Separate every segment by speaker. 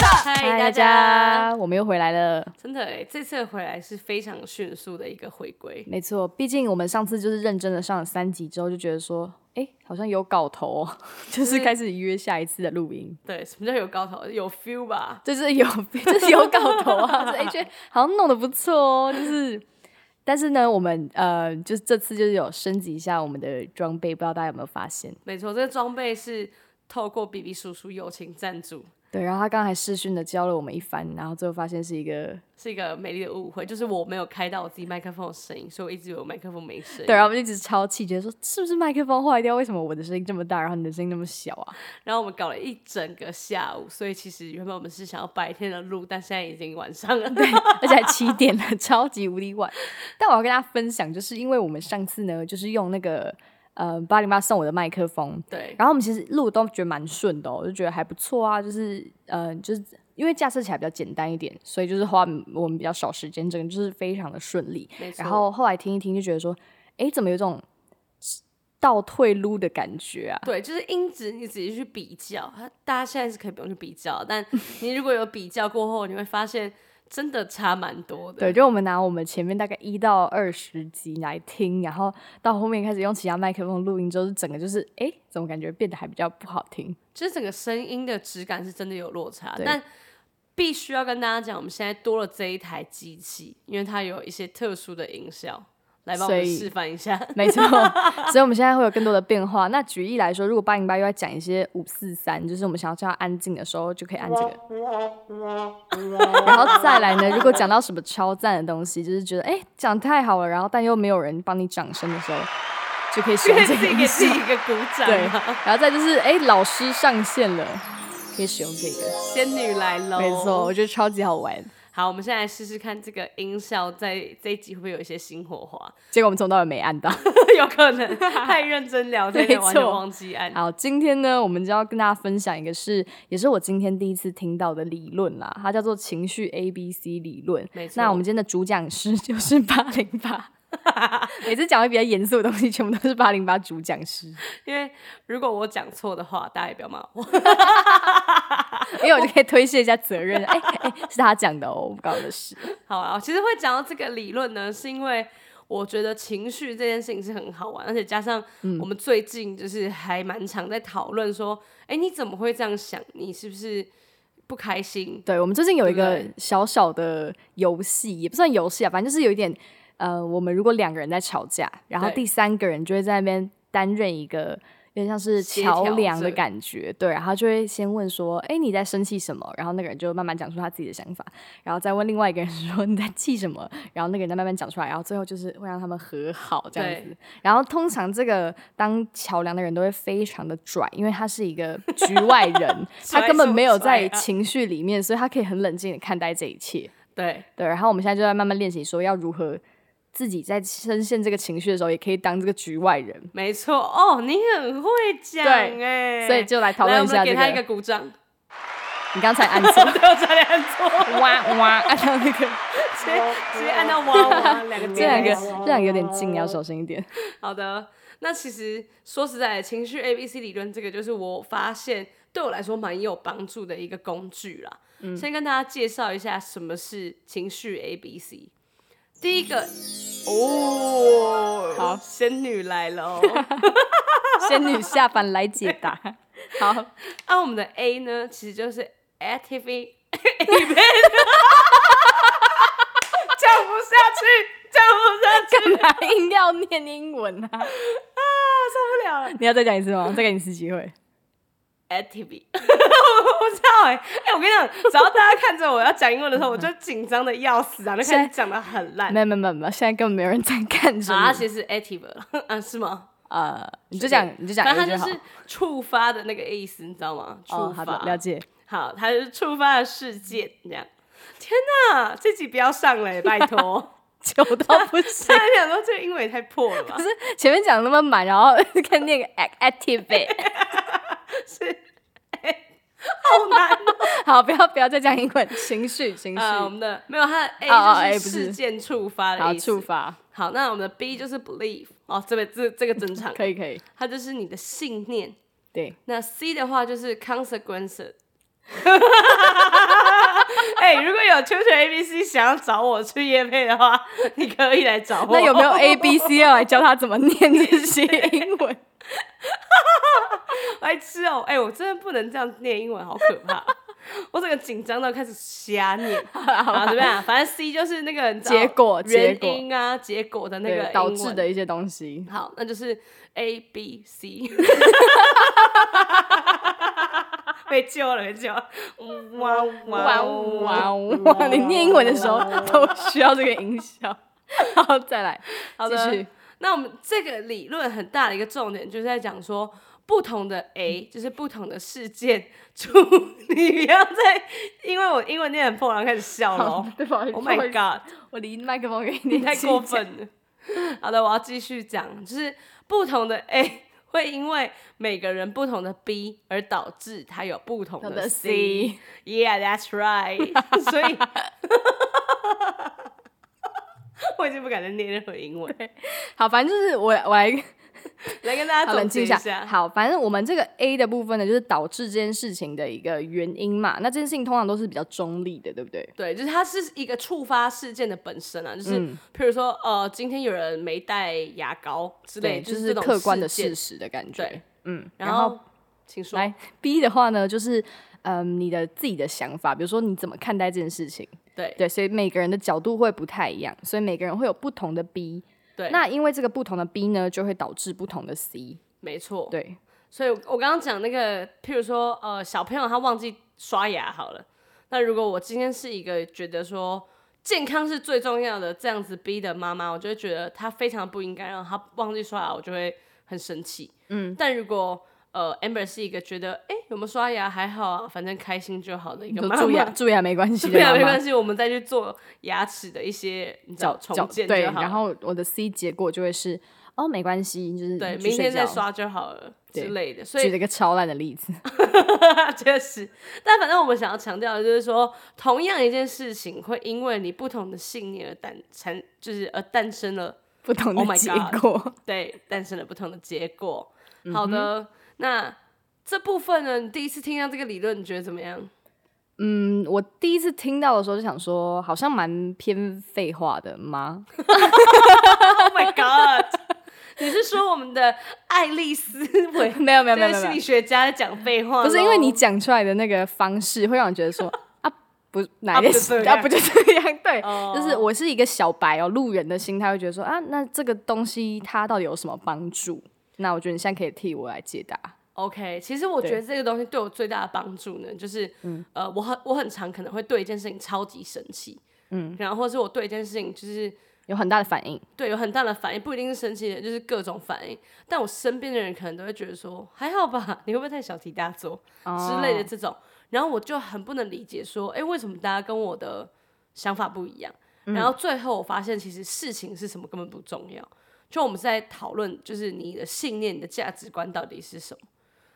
Speaker 1: 嗨大家，
Speaker 2: 我们又回来了。
Speaker 1: 真的哎，这次回来是非常迅速的一个回归。
Speaker 2: 没错，毕竟我们上次就是认真的上了三集之后，就觉得说，哎、好像有搞头、哦， 就是开始约下一次的录音，
Speaker 1: 对，什么叫有高潮？有 feel 吧？
Speaker 2: 就是 有，就是有搞头啊， 就是哎、觉得好像弄得不错哦，就是。但是呢，我们呃，就是这次就是有升级一下我们的装备，不知道大家有没有发现？
Speaker 1: 没错，这个装备是透过 B B 叔叔友情赞助，
Speaker 2: 对，然后他刚才试训的教了我们一番，然后最后发现是一个，
Speaker 1: 是一个美丽的误会，就是我没有开到我自己麦克风的声音，所以我一直以为我麦克风没声音。
Speaker 2: 对，然后我们就一直超气，觉得说是不是麦克风坏掉？为什么我的声音这么大，然后你的声音那么小啊？
Speaker 1: 然后我们搞了一整个下午，所以其实原本我们是想要白天的录，但现在已经晚上了。对，
Speaker 2: 而且还七点了， 超级无敌晚。但我要跟大家分享，就是因为我们上次呢，就是用那个呃八零八送我的麦克风，
Speaker 1: 对，
Speaker 2: 然后我们其实录都觉得蛮顺的、哦，就觉得还不错啊，就是呃就是。因为架设起来比较简单一点，所以就是花我们比较少时间，整个就是非常的顺利。
Speaker 1: 没错。
Speaker 2: 然后后来听一听就觉得说，哎，怎么有一种倒退撸的感觉啊？
Speaker 1: 对，就是音质你仔细去比较，大家现在是可以不用去比较，但你如果有比较过后，你会发现真的差蛮多的。
Speaker 2: 对，就我们拿我们前面大概一到二十集来听，然后到后面开始用其他麦克风录音之后，就整个就是哎，诶怎么感觉变得还比较不好听？
Speaker 1: 就是整个声音的质感是真的有落差，
Speaker 2: 对
Speaker 1: 但必须要跟大家讲，我们现在多了这一台机器，因为它有一些特殊的音效，来帮我们
Speaker 2: 所以
Speaker 1: 示范一 下。
Speaker 2: 没错，所以我们现在会有更多的变化。那举例来说，如果八零八又要讲一些五四三，就是我们想要叫它安静的时候，就可以按这个。然后再来呢，如果讲到什么超赞的东西，就是觉得哎讲太好了，然后但又没有人帮你掌声的时候，就可以使
Speaker 1: 因
Speaker 2: 用
Speaker 1: 为
Speaker 2: 这
Speaker 1: 自
Speaker 2: 个
Speaker 1: 己
Speaker 2: 音
Speaker 1: 给自
Speaker 2: 效
Speaker 1: 己。一个鼓掌
Speaker 2: 对
Speaker 1: 啊，，
Speaker 2: 然后再就是哎老师上线了，可以使用这个。
Speaker 1: 仙女来喽！
Speaker 2: 没错，我。觉得超级好玩。
Speaker 1: 好，我们现在来试试看这个音效在这一集会不会有一些新火花？
Speaker 2: 结果我们从头到尾没按到。
Speaker 1: 有可能太认真聊天
Speaker 2: 没
Speaker 1: 了，完全
Speaker 2: 错
Speaker 1: 忘记按。
Speaker 2: 好，今天呢，我们就要跟大家分享一个是，也是我今天第一次听到的理论啦，它叫做情绪 A B C 理论。
Speaker 1: 没错
Speaker 2: 那我们今天的主讲师就是八零八。 每次讲的比较严肃的东西，全部都是八零八主讲师，
Speaker 1: 因为如果我讲错的话，大家也不要骂我。
Speaker 2: 因为我就可以推卸一下责任。哎、哎、是他讲的哦，我不搞的事。
Speaker 1: 好啊，其实会讲到这个理论呢，是因为我觉得情绪这件事情是很好玩，而且加上
Speaker 2: 嗯
Speaker 1: 我们最近就是还蛮常在讨论说，哎、你怎么会这样想？你是不是不开心？
Speaker 2: 对，我们最近有一
Speaker 1: 对
Speaker 2: 个
Speaker 1: 不
Speaker 2: 小小的游戏，也不算游戏啊，反正就是有一点，呃，我们如果两个人在吵架，然后
Speaker 1: 对
Speaker 2: 第三个人就会在那边担任一个有点像是
Speaker 1: 协
Speaker 2: 桥
Speaker 1: 调
Speaker 2: 梁的
Speaker 1: 者
Speaker 2: 感觉，对，然后就会先问说，哎，你在生气什么？然后那个人就慢慢讲出他自己的想法，然后再问另外一个人说你在气什么？然后那个人再慢慢讲出来，然后最后就是会让他们和好这样
Speaker 1: 对
Speaker 2: 子。然后通常这个当桥梁的人都会非常的拽，因为他是一个局外人， 他根本没有在
Speaker 1: 拽什么拽啊
Speaker 2: 情绪里面，所以他可以很冷静的看待这一切。
Speaker 1: 对，
Speaker 2: 对，然后我们现在就在慢慢练习，说要如何自己在深陷这个情绪的时候，也可以当这个局外人。
Speaker 1: 没错哦，你很会讲
Speaker 2: 对
Speaker 1: 哎、
Speaker 2: 所以就来讨
Speaker 1: 来
Speaker 2: 论
Speaker 1: 我
Speaker 2: 一
Speaker 1: 们
Speaker 2: 下
Speaker 1: 给
Speaker 2: 这
Speaker 1: 他一
Speaker 2: 个
Speaker 1: 个。鼓掌。 ，
Speaker 2: 你刚才按错
Speaker 1: 对，我差点按错，
Speaker 2: 哇 哇，按到那个，
Speaker 1: 直接直接按到哇哇两个
Speaker 2: 这
Speaker 1: 点
Speaker 2: 两
Speaker 1: 在
Speaker 2: 个
Speaker 1: 一起
Speaker 2: 这两个有点近，你要小心一点。
Speaker 1: 好的，那其实说实在的，情绪 A B C 理论这个，就是我发现对我来说蛮有帮助的一个工具啦。先跟大家介绍一下什么是情绪 A B C。第一个，哦，
Speaker 2: 好
Speaker 1: 仙女来了 哦。
Speaker 2: 仙女下凡来解 答。 好，
Speaker 1: 啊，我们的 A 呢，其实就是 active，讲不下去，讲不下 去，
Speaker 2: 干嘛硬要念英文啊？
Speaker 1: 受不了了。
Speaker 2: 你要再讲一次吗？再给你一次机会。
Speaker 1: active，我 不知道哎、哎、我跟你讲，只要大家看着我要讲英文的时候，我就紧张的要死啊，就开始讲的很烂。
Speaker 2: 嗯没有没有没有没有，现在根本没有人在看着
Speaker 1: 啊，
Speaker 2: 你。
Speaker 1: 其实是 active 了， 啊，是吗？
Speaker 2: 呃，你就讲你就讲
Speaker 1: 反正
Speaker 2: A
Speaker 1: 它
Speaker 2: 就
Speaker 1: 就
Speaker 2: 好。
Speaker 1: 是触发的那个意思，你知道吗？触
Speaker 2: 哦，
Speaker 1: 发、
Speaker 2: 好的，了解。
Speaker 1: 好，它就是触发的事件这样。天哪，这集不要上 了、欸拜托！
Speaker 2: 久到不
Speaker 1: 突
Speaker 2: 行，
Speaker 1: 然想说，这个英文也太破了吧
Speaker 2: 不？是前面讲那么满，然后看那个 activate。
Speaker 1: 是，好难哦、
Speaker 2: 好，不要不要再讲英文，情绪情绪。
Speaker 1: 啊，我们的没有，它的
Speaker 2: 哦哦
Speaker 1: A 就是
Speaker 2: A 不
Speaker 1: 事
Speaker 2: 是
Speaker 1: 件触发的
Speaker 2: 好，
Speaker 1: 意思。
Speaker 2: 触发，
Speaker 1: 好，那我们的 B 就是 believe 哦，这个这这个正常，
Speaker 2: 可以可以。
Speaker 1: 它就是你的信念。
Speaker 2: 对，
Speaker 1: 那 C 的话就是 consequences，哎 A B C 想要找我去夜配的话，你可以来找我。
Speaker 2: 那有没有 A B C 要来教他怎么念这些英文？
Speaker 1: 白痴哦！哎、我真的不能这样念英文，好可怕！ 我整个紧张到开始瞎 念。啊，怎么样？反正 C 就是那个你知道
Speaker 2: 结果结
Speaker 1: 原
Speaker 2: 果
Speaker 1: 因啊，结果 的那个
Speaker 2: 对，导
Speaker 1: 英
Speaker 2: 致
Speaker 1: 文
Speaker 2: 的一些东西。
Speaker 1: 好，那就是 A B C。没救了，没救了！哇
Speaker 2: 哇
Speaker 1: 嗯哇
Speaker 2: 呜哇
Speaker 1: 哇！哦
Speaker 2: 呜哇！ 你念英文的时候都需要这个音效。好，再来，
Speaker 1: 好
Speaker 2: 继
Speaker 1: 的
Speaker 2: 续。
Speaker 1: 那我们这个理论很大的一个重点，就是在讲说，不同的 A 就是不同的事件处理。 不要再因为我英文念很破，然后开始笑了
Speaker 2: 好
Speaker 1: 哦。
Speaker 2: 对不好意思
Speaker 1: Oh my god！
Speaker 2: 我离麦克风有一
Speaker 1: 你
Speaker 2: 点
Speaker 1: 太
Speaker 2: 近
Speaker 1: 过 分了。好的，我要继续讲，就是不同的 A 会因为每个人不同的 B 而导致它有不同
Speaker 2: 好
Speaker 1: 的
Speaker 2: 的
Speaker 1: C。
Speaker 2: C，
Speaker 1: Yeah, that's right 。 所 以，我已经不敢再念任何英文。
Speaker 2: 好，反正就是我我来
Speaker 1: 来跟大家
Speaker 2: 好
Speaker 1: 总
Speaker 2: 冷
Speaker 1: 结
Speaker 2: 静
Speaker 1: 一
Speaker 2: 一
Speaker 1: 下
Speaker 2: 下。。好，反正我们这个 A 的部分呢，就是导致这件事情的一个原因嘛。那这件事情通常都是比较中立的，对不对？
Speaker 1: 对，就是它是一个触发事件的本身啊，就是、
Speaker 2: 嗯
Speaker 1: 譬如说，呃，今天有人没带牙膏之类，
Speaker 2: 就是是
Speaker 1: 这种
Speaker 2: 客观的
Speaker 1: 事件
Speaker 2: 事。实的感觉。
Speaker 1: 对，
Speaker 2: 嗯，
Speaker 1: 然
Speaker 2: 然后
Speaker 1: 后，请说。
Speaker 2: 来 B 的话呢，就是嗯，你的自己的想法，比如说你怎么看待这件事情。
Speaker 1: 对
Speaker 2: 对，所以每个人的角度会不太一样，所以每个人会有不同的 B。
Speaker 1: 对，
Speaker 2: 那因为这个不同的 B 呢，就会导致不同的 C。
Speaker 1: 没错。
Speaker 2: 对，
Speaker 1: 所以我我刚刚讲那个，譬如说，呃，小朋友他忘记刷牙好了，那如果我今天是一个觉得说健康是最重要的这样子逼的妈妈，我就会觉得她非常不应该让她忘记刷牙，我就会很生气。嗯，但如果呃，amber 是一个觉得，哎、有没有刷牙还好啊，反正开心就好的一个
Speaker 2: 就
Speaker 1: 妈
Speaker 2: 蛀 牙
Speaker 1: 妈。
Speaker 2: 蛀牙没关系的
Speaker 1: 对啊，
Speaker 2: 妈
Speaker 1: 没
Speaker 2: 妈
Speaker 1: 关。系，我们再去做牙齿的一些你知道
Speaker 2: 角
Speaker 1: 重
Speaker 2: 角
Speaker 1: 建
Speaker 2: 对，
Speaker 1: 就好。
Speaker 2: 然后我的 C 结果就会是哦，没关系，就是
Speaker 1: 对，
Speaker 2: 去
Speaker 1: 明
Speaker 2: 睡
Speaker 1: 天再
Speaker 2: 觉。
Speaker 1: 刷就好了之
Speaker 2: 对
Speaker 1: 类的。所以
Speaker 2: 举了一个超烂的例子，
Speaker 1: 确实，但反正我们想要强调的就是说，同样一件事情会因为你不同的信念而诞产，就是而诞生了，
Speaker 2: 不同
Speaker 1: Oh
Speaker 2: 的
Speaker 1: my
Speaker 2: 结
Speaker 1: God
Speaker 2: 果。
Speaker 1: 对，诞生了不同的结果。好
Speaker 2: 嗯
Speaker 1: 的，那这部分呢，你第一次听到这个理论，你觉得怎么样？
Speaker 2: 嗯，我第一次听到的时候就想说，好像蛮偏废话的吗？
Speaker 1: Oh my god！你 是说我们的爱丽丝维
Speaker 2: 没 有没
Speaker 1: 这个
Speaker 2: 有没有没有
Speaker 1: 心
Speaker 2: 没
Speaker 1: 理
Speaker 2: 有，
Speaker 1: 学家在讲废话咯？
Speaker 2: 不是因为你讲出来的那个方式会让你觉得说啊，不哪
Speaker 1: 啊
Speaker 2: 一件
Speaker 1: 不就
Speaker 2: 事
Speaker 1: 这样
Speaker 2: 啊不就这样？ 对，
Speaker 1: 哦
Speaker 2: 就是我是一个小白哦，路人的心态会觉得说啊，那这个东西它到底有什么帮助？那我觉得你现在可以替我来解答。
Speaker 1: OK，其实我觉得这个东西对我最大的帮助呢，就是，呃，我很我很常可能会对一件事情超级生气，嗯，然后或是我对一件事情就是
Speaker 2: 有很大的反应，
Speaker 1: 对有很大的反应，不一定是生气的，就是各种反应。但我身边的人可能都会觉得说，还好吧，你会不会太小题大做、之类的这种，然后我就很不能理解说，哎，为什么大家跟我的想法不一样？然后最后我发现，其实事情是什么根本不重要，就我们是在讨论，就是你的信念、你的价值观到底是什么。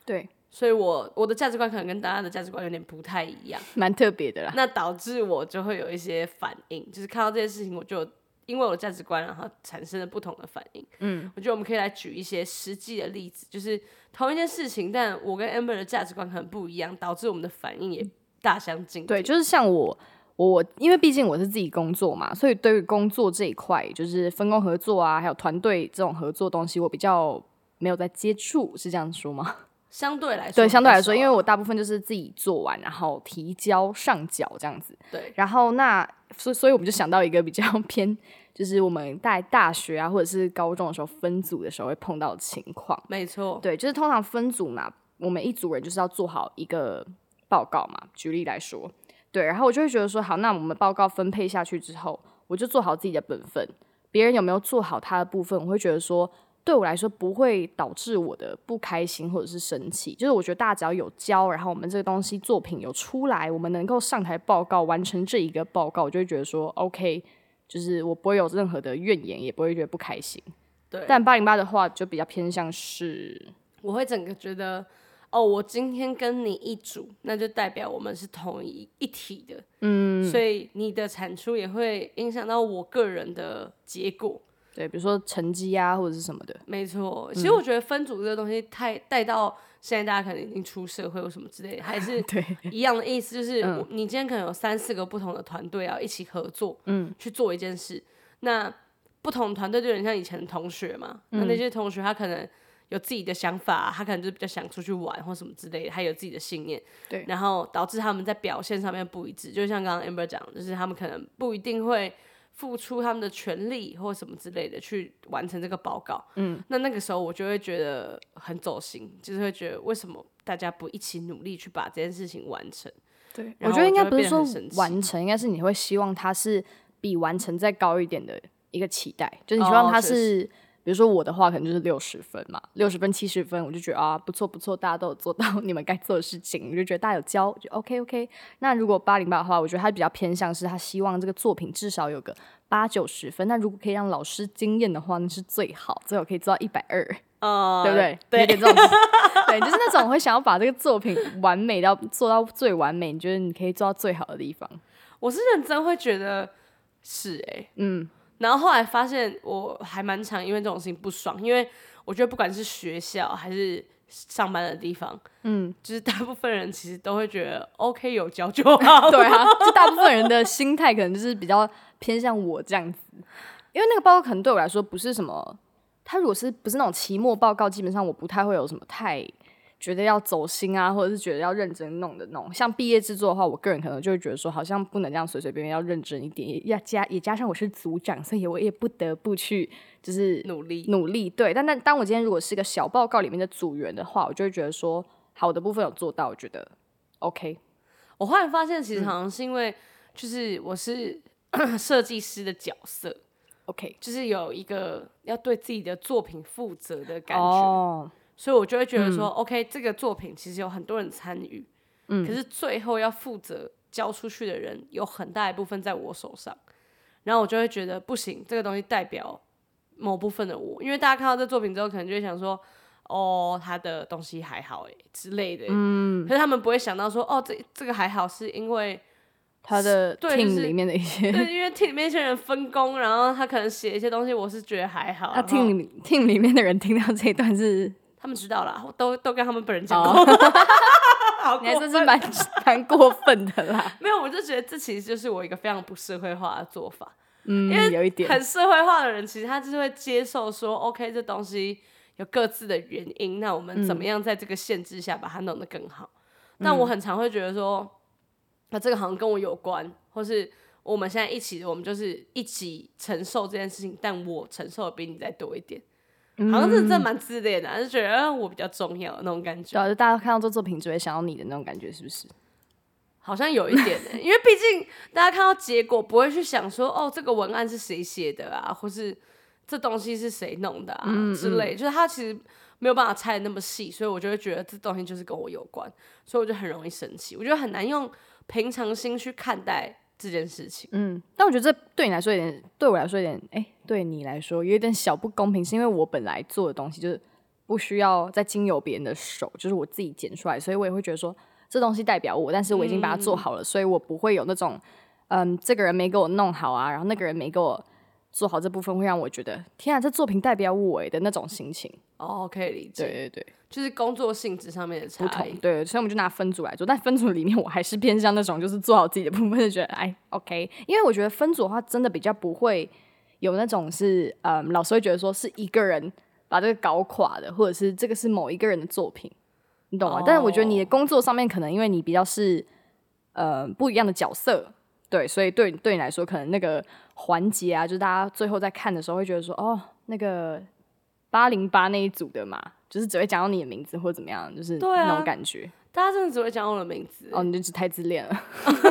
Speaker 2: 对，
Speaker 1: 所以我我的价值观可能跟大家的价值观有点不太一样，
Speaker 2: 蛮特别的啦。
Speaker 1: 那导致我就会有一些反应，就是看到这件事情，我就因为我的价值观，然后产生了不同的反应。嗯，我觉得我们可以来举一些实际的例子，就是同一件事情，但我跟 Amber 的价值观可能不一样，导致我们的反应也大相径庭。
Speaker 2: 对，就是像我，我因为毕竟我是自己工作嘛，所以对于工作这一块，就是分工合作啊，还有团队这种合作东西，我比较没有在接触，是这样说吗？
Speaker 1: 相对来说，啊
Speaker 2: 对，相对来说，因为
Speaker 1: 为
Speaker 2: 我大部分就是自己做完，然后提交上缴这样子。
Speaker 1: 对
Speaker 2: 然后那所以所以我们就想到一个比较 偏，就是我们在大学啊或者是高中的时候分组的时候会碰到的情况。
Speaker 1: 没错，
Speaker 2: 对，就是通常分组嘛，我们一组人就是要做好一个报告嘛。举例来说，对，然后我就会觉得说，好，那我们报告分配下去之后，我就做好自己的本分，别人有没有做好他的部分，我会觉得说。对我来说不会导致我的不开心或者是生气，就是我觉得大家只要有交，然后我们这个东西作品有出来，我们能够上台报告完成这一个报告，我就会觉得说 OK，就是我不会有任何的怨言，也不会觉得不开心。
Speaker 1: 对。
Speaker 2: 但八零八的话就比较偏向是
Speaker 1: 我会整个觉得，哦，我今天跟你一组，那就代表我们是同一一体的，嗯，所以你的产出也会影响到我个人的结果，
Speaker 2: 对，比如说成绩啊或者是什么的，
Speaker 1: 没错，其实我觉得分组这个东西太带到现在，大家可能已经出社会或什么之类的，还是
Speaker 2: 对
Speaker 1: 一样的意思，就是我你今天可能有三四个不同的团队要一起合作，嗯，去做一件事。那不同团队就有点像以前的同学嘛，
Speaker 2: 嗯
Speaker 1: 那那些同学他可能有自己的想法，他可能就是比较想出去玩或什么之类的，他有自己的信念，
Speaker 2: 对
Speaker 1: 然后导致他们在表现上面不一致。就像刚刚 Amber 讲的，就是他们可能不一定会付出他们的全力或什么之类的去完成这个报告。嗯，那那个时候我就会觉得很走心，就是会觉得为什么大家不一起努力去把这件事情完成？
Speaker 2: 对，
Speaker 1: 然
Speaker 2: 我
Speaker 1: 后
Speaker 2: 觉得应该
Speaker 1: 我就会
Speaker 2: 不是
Speaker 1: 变得
Speaker 2: 说
Speaker 1: 很生气
Speaker 2: 完成，应该是你会希望它是比完成再高一点的一个期待，就是你希望
Speaker 1: 哦
Speaker 2: 它
Speaker 1: 确实
Speaker 2: 是，比如说我的话可能就是六十分嘛，六十分七十分，我就觉得啊不错不错，大家都有做到 你们该做的事情，我就觉得大家有教，我就 OK OK。那如果八零八的话，我觉得它比较偏向是他希望这个作品至少有个八九十分，那如果可以让老师惊艳的话，那是最好，最好可以做到一百二。
Speaker 1: 呃，
Speaker 2: 对不对？
Speaker 1: 对
Speaker 2: 有点这种， 对，就是那种会想要把这个作品完美到做到最完美，你觉得你可以做到最好的地方。
Speaker 1: 我是认真会觉得是哎、
Speaker 2: 嗯，
Speaker 1: 然后后来发现我还蛮常因为这种事情不爽，因为我觉得不管是学校还是上班的地方，嗯，就是大部分人其实都会觉得 OK 有教就好，
Speaker 2: 对啊，就大部分人的心态可能就是比较偏向我这样子，因为那个报告可能对我来说不是什么，他如果是不是那种期末报告，基本上我不太会有什么太。觉得要走心啊，或者是觉得要认真弄的弄，像毕业制作的话，我个人可能就会觉得说，好像不能这样随随便便，要认真一点，也要加也加上我是组长，所以我也不得不去就是
Speaker 1: 努力，
Speaker 2: 努力，对。但但当我今天如果是一个小报告里面的组员的话，我就会觉得说，好我的部分有做到，我觉得 OK。
Speaker 1: 我后来发现
Speaker 2: 嗯
Speaker 1: 其实好像是因为就是我是 设计师的角色，
Speaker 2: OK，
Speaker 1: 就是有一个要对自己的作品负责的感觉，
Speaker 2: 哦，
Speaker 1: 所以我就会觉得
Speaker 2: 嗯
Speaker 1: 说、o k 这个作品其实有很多人参与，可是最后要负责交出去的人有很大一部分在我手上，然后我就会觉得不行，这个东西代表某部分的我，因为大家看到这作品之后，可能就会想说，哦，他的东西还好诶之类的，嗯，可是他们不会想到说，哦，这这个还好，是因 为
Speaker 2: 他的
Speaker 1: 对就
Speaker 2: team
Speaker 1: 是
Speaker 2: 里面的一些，
Speaker 1: 对，因为 team 里面一些人分工，然后他可能写一些东西，我是觉得还好，
Speaker 2: 他
Speaker 1: 然后
Speaker 2: team 里 team 里面的人听到这一段 是，
Speaker 1: 他们知道啦，都都跟他们本人讲过，
Speaker 2: 哦，
Speaker 1: 好
Speaker 2: 你还
Speaker 1: 过
Speaker 2: 真
Speaker 1: 分
Speaker 2: 是蛮蛮过分的啦，
Speaker 1: 没有，我就觉得这其实就是我一个非常不社会化的做法。
Speaker 2: 嗯，有一点，
Speaker 1: 很社会化的人，其实他就是会接受说，OK，这东西有各自的原因，那我们怎么样在这个限制下把它弄得更好？但我很常会觉得说，那、这个好像跟我有关，或是我们现在一起，我们就是一起承受这件事情，但我承受的比你再多一点，好像是真的蛮自恋的啊，就觉得呃我比较重要那种感觉
Speaker 2: 对。啊，就大家看到这作品只会想到你的那种感觉，是不是？
Speaker 1: 好像有一点、欸，因为毕竟大家看到结果不会去想说，哦，这个文案是谁写的啊，或是这东西是谁弄的啊、
Speaker 2: 嗯
Speaker 1: 之类，就是他其实没有办法拆的那么细，所以我就会觉得这东西就是跟我有关，所以我就很容易生气，我觉得很难用平常心去看待这件事情。
Speaker 2: 嗯，但我觉得这对你来说有点，对我来说有点，哎、对你来说有点小不公平，是因为我本来做的东西就是不需要再经由别人的手，就是我自己剪出来，所以我也会觉得说这东西代表我，但是我已经把它做好了，所以我不会有那种，嗯，这个人没给我弄好啊，然后那个人没给我做好这部分，会让我觉得天啊，这作品代表我哎的那种心情。
Speaker 1: 哦，可以理解，
Speaker 2: 对对对，
Speaker 1: 就是工作性质上面的差
Speaker 2: 不同
Speaker 1: 异。
Speaker 2: 对，所以我们就拿分组来做，但分组里面我还是偏向那种就是做好自己的部分，就觉得哎 OK，因为我觉得分组的话真的比较不会有那种是嗯老师会觉得说是一个人把这个搞垮的，或者是这个是某一个人的作品，你懂吗？但是我觉得你
Speaker 1: 哦
Speaker 2: 的工作上面可能因为你比较是呃不一样的角色。对，所以对对你来说，可能那个环节啊，就是大家最后在看的时候会觉得说，哦，那个八零八那一组的嘛，就是只会讲到你的名字或者怎么样，就是
Speaker 1: 对啊
Speaker 2: 那种感觉。
Speaker 1: 大家真的只会讲我的名 字、
Speaker 2: 哦，你就只太自恋了。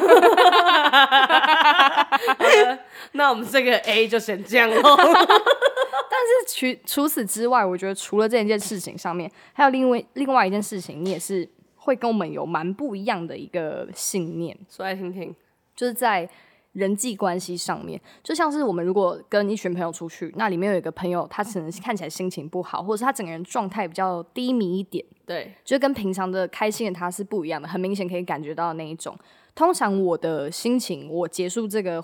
Speaker 1: 那我们这个 A 就先这样咯。
Speaker 2: 但是除除此之外，我觉得除了这一件事情上面，还有另外另外一件事情，你也是会跟我们有蛮不一样的一个信念。
Speaker 1: 说来听听。
Speaker 2: 就是在人际关系上面，就像是我们如果跟一群朋友出去，那里面有一个朋友，他可能看起来心情不好，或者是他整个人状态比较低迷一点，
Speaker 1: 对，
Speaker 2: 就是跟平常的开心的他是不一样的，很明显可以感觉到那一种。通常我的心情，我结束这个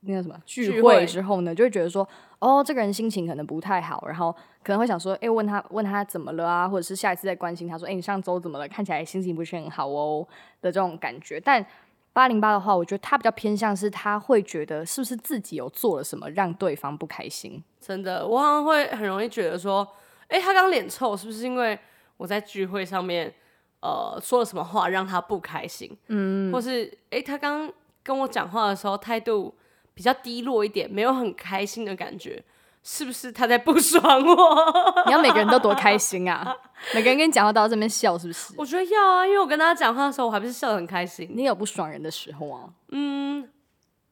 Speaker 2: 那个什么
Speaker 1: 聚
Speaker 2: 聚
Speaker 1: 会
Speaker 2: 会之后呢，就会觉得说，哦，这个人心情可能不太好，然后可能会想说，哎、问他问他怎么了啊，或者是下一次再关心他说，哎、你上周怎么了？看起来心情不是很好哦的这种感觉。但八零八的话，我觉得他比较偏向是他会觉得是不是自己有做了什么让对方不开心，
Speaker 1: 真的，我好像会很容易觉得说，哎、他刚脸臭，是不是因为我在聚会上面呃说了什么话让他不开心？嗯，或是哎、诶他刚跟我讲话的时候态度比较低落一点，没有很开心的感觉，是不是他在不爽我？
Speaker 2: 你要每个人都多开心啊！每个人跟你讲话都要这边笑，是不是？
Speaker 1: 我觉得要啊，因为我跟他讲话的时候，我还不是笑得很开心。
Speaker 2: 你有不爽人的时候啊？
Speaker 1: 嗯，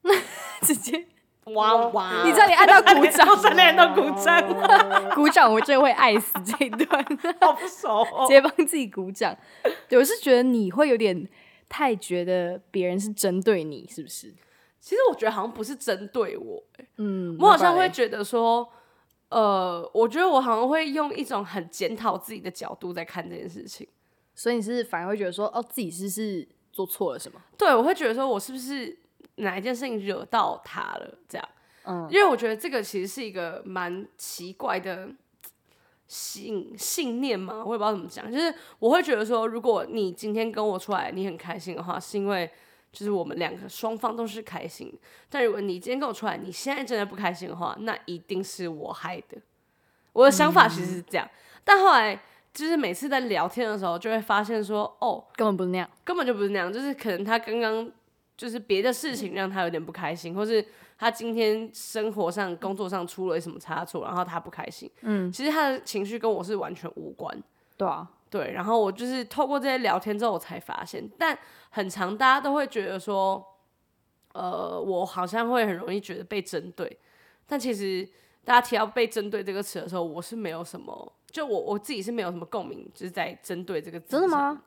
Speaker 2: 直接，
Speaker 1: 哇哇，
Speaker 2: 你知道你按到鼓 掌，
Speaker 1: 我整脸都鼓掌，
Speaker 2: 鼓掌，我真的会爱死这一 段，直
Speaker 1: 好不熟、哦。
Speaker 2: 接帮自己鼓掌。对，我是觉得你会有点太觉得别人是针对你，是不是？
Speaker 1: 其实我觉得好像不是针对我，
Speaker 2: 嗯，
Speaker 1: 我好像会
Speaker 2: 要不然嘞
Speaker 1: 觉得说，呃，我觉得我好像会用一种很检讨自己的角度在看这件事情。
Speaker 2: 所以你是反而会觉得说，哦，自己是不是做错了什么？
Speaker 1: 对，我会觉得说我是不是哪一件事情惹到他了？这样，
Speaker 2: 嗯，
Speaker 1: 因为我觉得这个其实是一个蛮奇怪的信信念嘛，我也不知道怎么讲。就是我会觉得说，如果你今天跟我出来，你很开心的话，是因为就是我们两个双方都是开心。但如果你今天跟我出来，你现在真的不开心的话，那一定是我害的。我的想法其实是这样，但后来就是每次在聊天的时候，就会发现说，哦，
Speaker 2: 根本不是那样。
Speaker 1: 根本就不是那样，就是可能他刚刚就是别的事情让他有点不开心，或是他今天生活上、工作上出了什么差错，然后他不开心。嗯，其实他的情绪跟我是完全无关。
Speaker 2: 对啊，
Speaker 1: 对，然后我就是透过这些聊天之后，我才发现，但很长大家都会觉得说，呃，我好像会很容易觉得被针对，但其实大家提到被针对这个词的时候，我是没有什么，就我我自己是没有什么共鸣，就是在针对这个字。
Speaker 2: 真的？吗？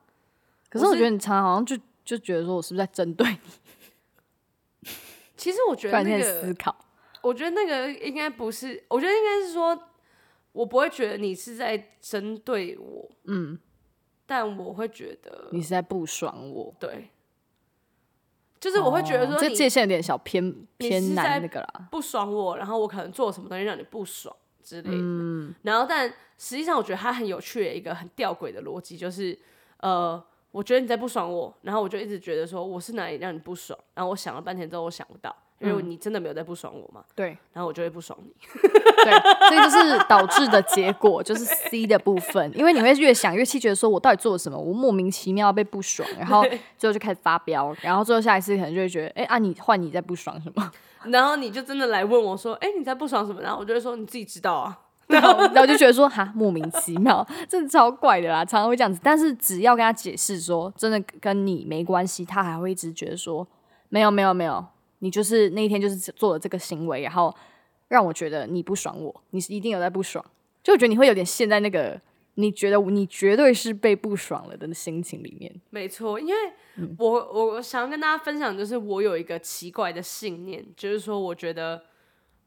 Speaker 2: 可是
Speaker 1: 我
Speaker 2: 我
Speaker 1: 是
Speaker 2: 觉得你常常好像就就觉得说我是不是在针对你？
Speaker 1: 其实我觉
Speaker 2: 突
Speaker 1: 得
Speaker 2: 然
Speaker 1: 那
Speaker 2: 间
Speaker 1: 个
Speaker 2: 思考，
Speaker 1: 我觉得那个应该不是，我觉得应该是说，我不会觉得你是在针对我，嗯，但我会觉得
Speaker 2: 你是在不爽我。
Speaker 1: 对，就是我会觉得
Speaker 2: 哦
Speaker 1: 说
Speaker 2: 这
Speaker 1: 你
Speaker 2: 界限有点小偏
Speaker 1: 你
Speaker 2: 偏
Speaker 1: 是在
Speaker 2: 难那个啦。
Speaker 1: 不爽我，然后我可能做什么东西让你不爽之类的，
Speaker 2: 嗯
Speaker 1: 然后但实际上我觉得它很有趣的一个很吊诡的逻辑就是，呃。我觉得你在不爽我，然后我就一直觉得说我是哪里让你不爽，然后我想了半天之后我想不到，因
Speaker 2: 嗯
Speaker 1: 为你真的没有在不爽我嘛，
Speaker 2: 对
Speaker 1: 然后我就会不爽你。
Speaker 2: 对，这个就是导致的结果，就是 C 的部分，因为你会越想越气，觉得说我到底做了什么，我莫名其妙被不爽，然后最后就开始发飙，然后最后下一次可能就会觉得，哎啊，你换你在不爽什么，
Speaker 1: 然后你就真的来问我说：“哎、你在不爽什么？”然后我就会说：“你自己知道啊。
Speaker 2: 然后然后就觉得说哈莫名其妙，真的超怪的啦，常常会这样子，但是只要跟他解释说真的跟你没关系，他还会一直觉得说没有没有没有，你就是那一天就是做了这个行为，然后让我觉得你不爽我，你是一定有在不爽，就我觉得你会有点陷在那个你觉得你绝对是被不爽了的心情里面。”
Speaker 1: 没错，因为我我我想要跟大家分享，就是我有一个奇怪的信念，就是说我觉得，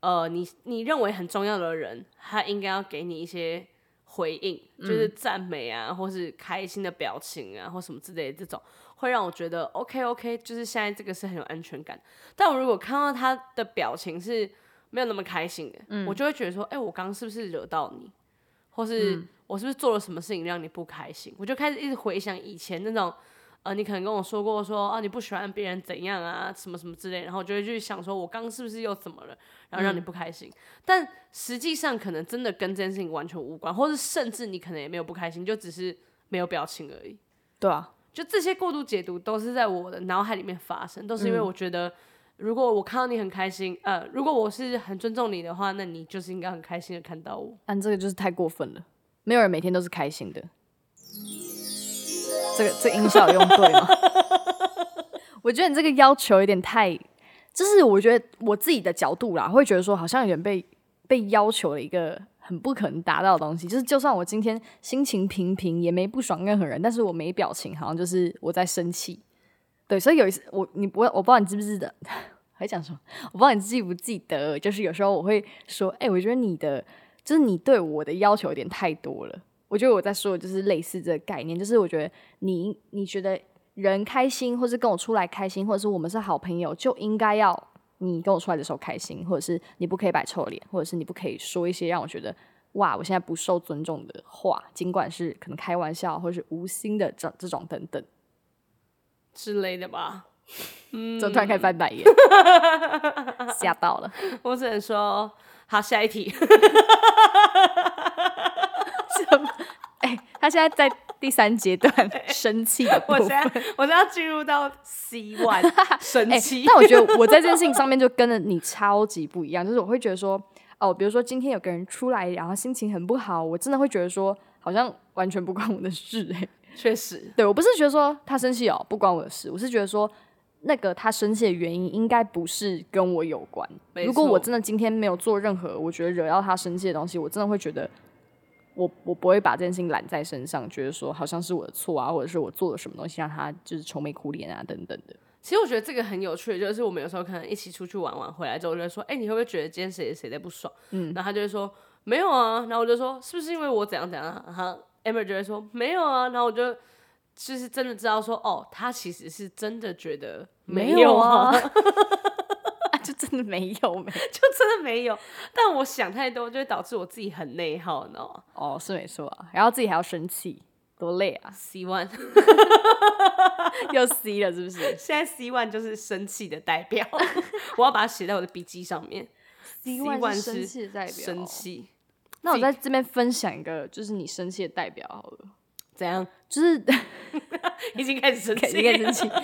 Speaker 1: 呃，你你认为很重要的人，他应该要给你一些回应，就是赞美啊，或是开心的表情啊，或什么之类的这种，会让我觉得 OK OK，就是现在这个是很有安全感。但我如果看到他的表情是没有那么开心的，我就会觉得说，哎、我刚刚是不是惹到你，或是我是不是做了什么事情让你不开心？我就开始一直回想以前那种。呃，你可能跟我说过说啊，你不喜欢别人怎样啊，什么什么之类，然后我就会去想说，我刚刚是不是又怎么了，然后让你不开心。但实际上可能真的跟这件事情完全无关，或是甚至你可能也没有不开心，就只是没有表情而已。
Speaker 2: 对啊，
Speaker 1: 就这些过度解读都是在我的脑海里面发生，都是因为我觉得，如果我看到你很开心，呃，如果我是很尊重你的话，那你就是应该很开心的看到我。
Speaker 2: 但这个就是太过分了，没有人每天都是开心的。这个这个音效有用对吗？ 我觉得你这个要求有点太，就是我觉得我自己的角度啦，会觉得说好像有点被被要求了一个很不可能达到的东西。就是就算我今天心情平平，也没不爽任何人，但是我没表情，好像就是我在生气。对，所以有一次我你我我不知道你记不记得， 还讲什么？我不知道你记不记得，就是有时候我会说，哎、我觉得你的就是你对我的要求有点太多了。我觉得我在说的就是类似这个概念，就是我觉得你你觉得人开心，或是跟我出来开心，或者是我们是好朋友，就应该要你跟我出来的时候开心，或者是你不可以摆臭脸，或者是你不可以说一些让我觉得哇，我现在不受尊重的话，尽管是可能开玩笑或者是无心的这这种等等，
Speaker 1: 之类的吧。
Speaker 2: 就突然开始 翻白眼，吓到了。
Speaker 1: 我只能说，好，下一 题。
Speaker 2: 哎、他现在在第三阶 段生气的部
Speaker 1: 我现
Speaker 2: 分。
Speaker 1: 在我现在要进入到 C one 神
Speaker 2: 哎、
Speaker 1: 奇。
Speaker 2: 但我觉得我在这件事情上面就跟着你超级不一样，就是我会觉得说，哦，比如说今天有个人出来，然后心情很不好，我真的会觉得说，好像完全不关我的事、哎，
Speaker 1: 确实，
Speaker 2: 对我不是觉得说他生气哦，不关我的事，我是觉得说。那个他生气的原因应该不是跟我有关。
Speaker 1: 没
Speaker 2: 如果我
Speaker 1: 错
Speaker 2: 真的今天没有做任何我觉得惹到他生气的东西，我真的会觉得我我不会把这件事情揽在身上，觉得说好像是我的错啊，或者是我做了什么东西让他就是愁眉苦脸啊等等的。
Speaker 1: 其实我觉得这个很有趣，就是我们有时候可能一起出去玩玩，回来之后我就会说，哎、你会不会觉得今天谁谁在不爽？嗯，然后他就会说没有啊，然后我就说是不是因为我怎样怎样啊？然后 Amber 就会说没有啊，然后我就就是真的知道说，哦，他其实是真的觉得有
Speaker 2: 有啊， 啊就真的没有没
Speaker 1: 就真的没有。但我想太多，就会导致我自己很内耗，你知道吗，
Speaker 2: 哦，是没错啊，然后自己还要生气，多累啊
Speaker 1: ？C one
Speaker 2: 又 C 了是不 是
Speaker 1: 现在 C one 就是生气的代表， 我要把它写在我的笔记上面。
Speaker 2: ？C
Speaker 1: one 是
Speaker 2: 生气的代表，
Speaker 1: 生。气
Speaker 2: 那我在这边分享一个，就是你生气的代表好了，
Speaker 1: 怎样？
Speaker 2: 就是
Speaker 1: 已经开始 生
Speaker 2: 肯
Speaker 1: 气
Speaker 2: 定很
Speaker 1: 了，
Speaker 2: 生气，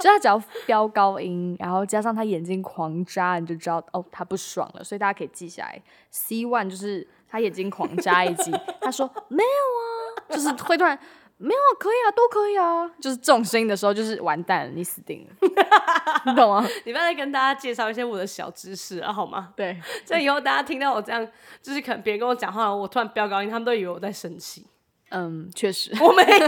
Speaker 2: 就他只要飙高音，然后加上他眼睛狂眨，你就知道哦他不爽了，所以大家可以记下来。C one 就是他眼睛狂眨以及他说没有啊，就是会突然没有啊，可以啊，都可以啊，就是这种声音的时候，就是完蛋了，你死定了，你懂吗？
Speaker 1: 你不要再跟大家介绍一些我的小知识了好吗？
Speaker 2: 对，
Speaker 1: 这样以后大家听到我这样，就是可能别人跟我讲话，我突然飙高音，他们都以为我在生气。
Speaker 2: 嗯，确实，
Speaker 1: 我没有，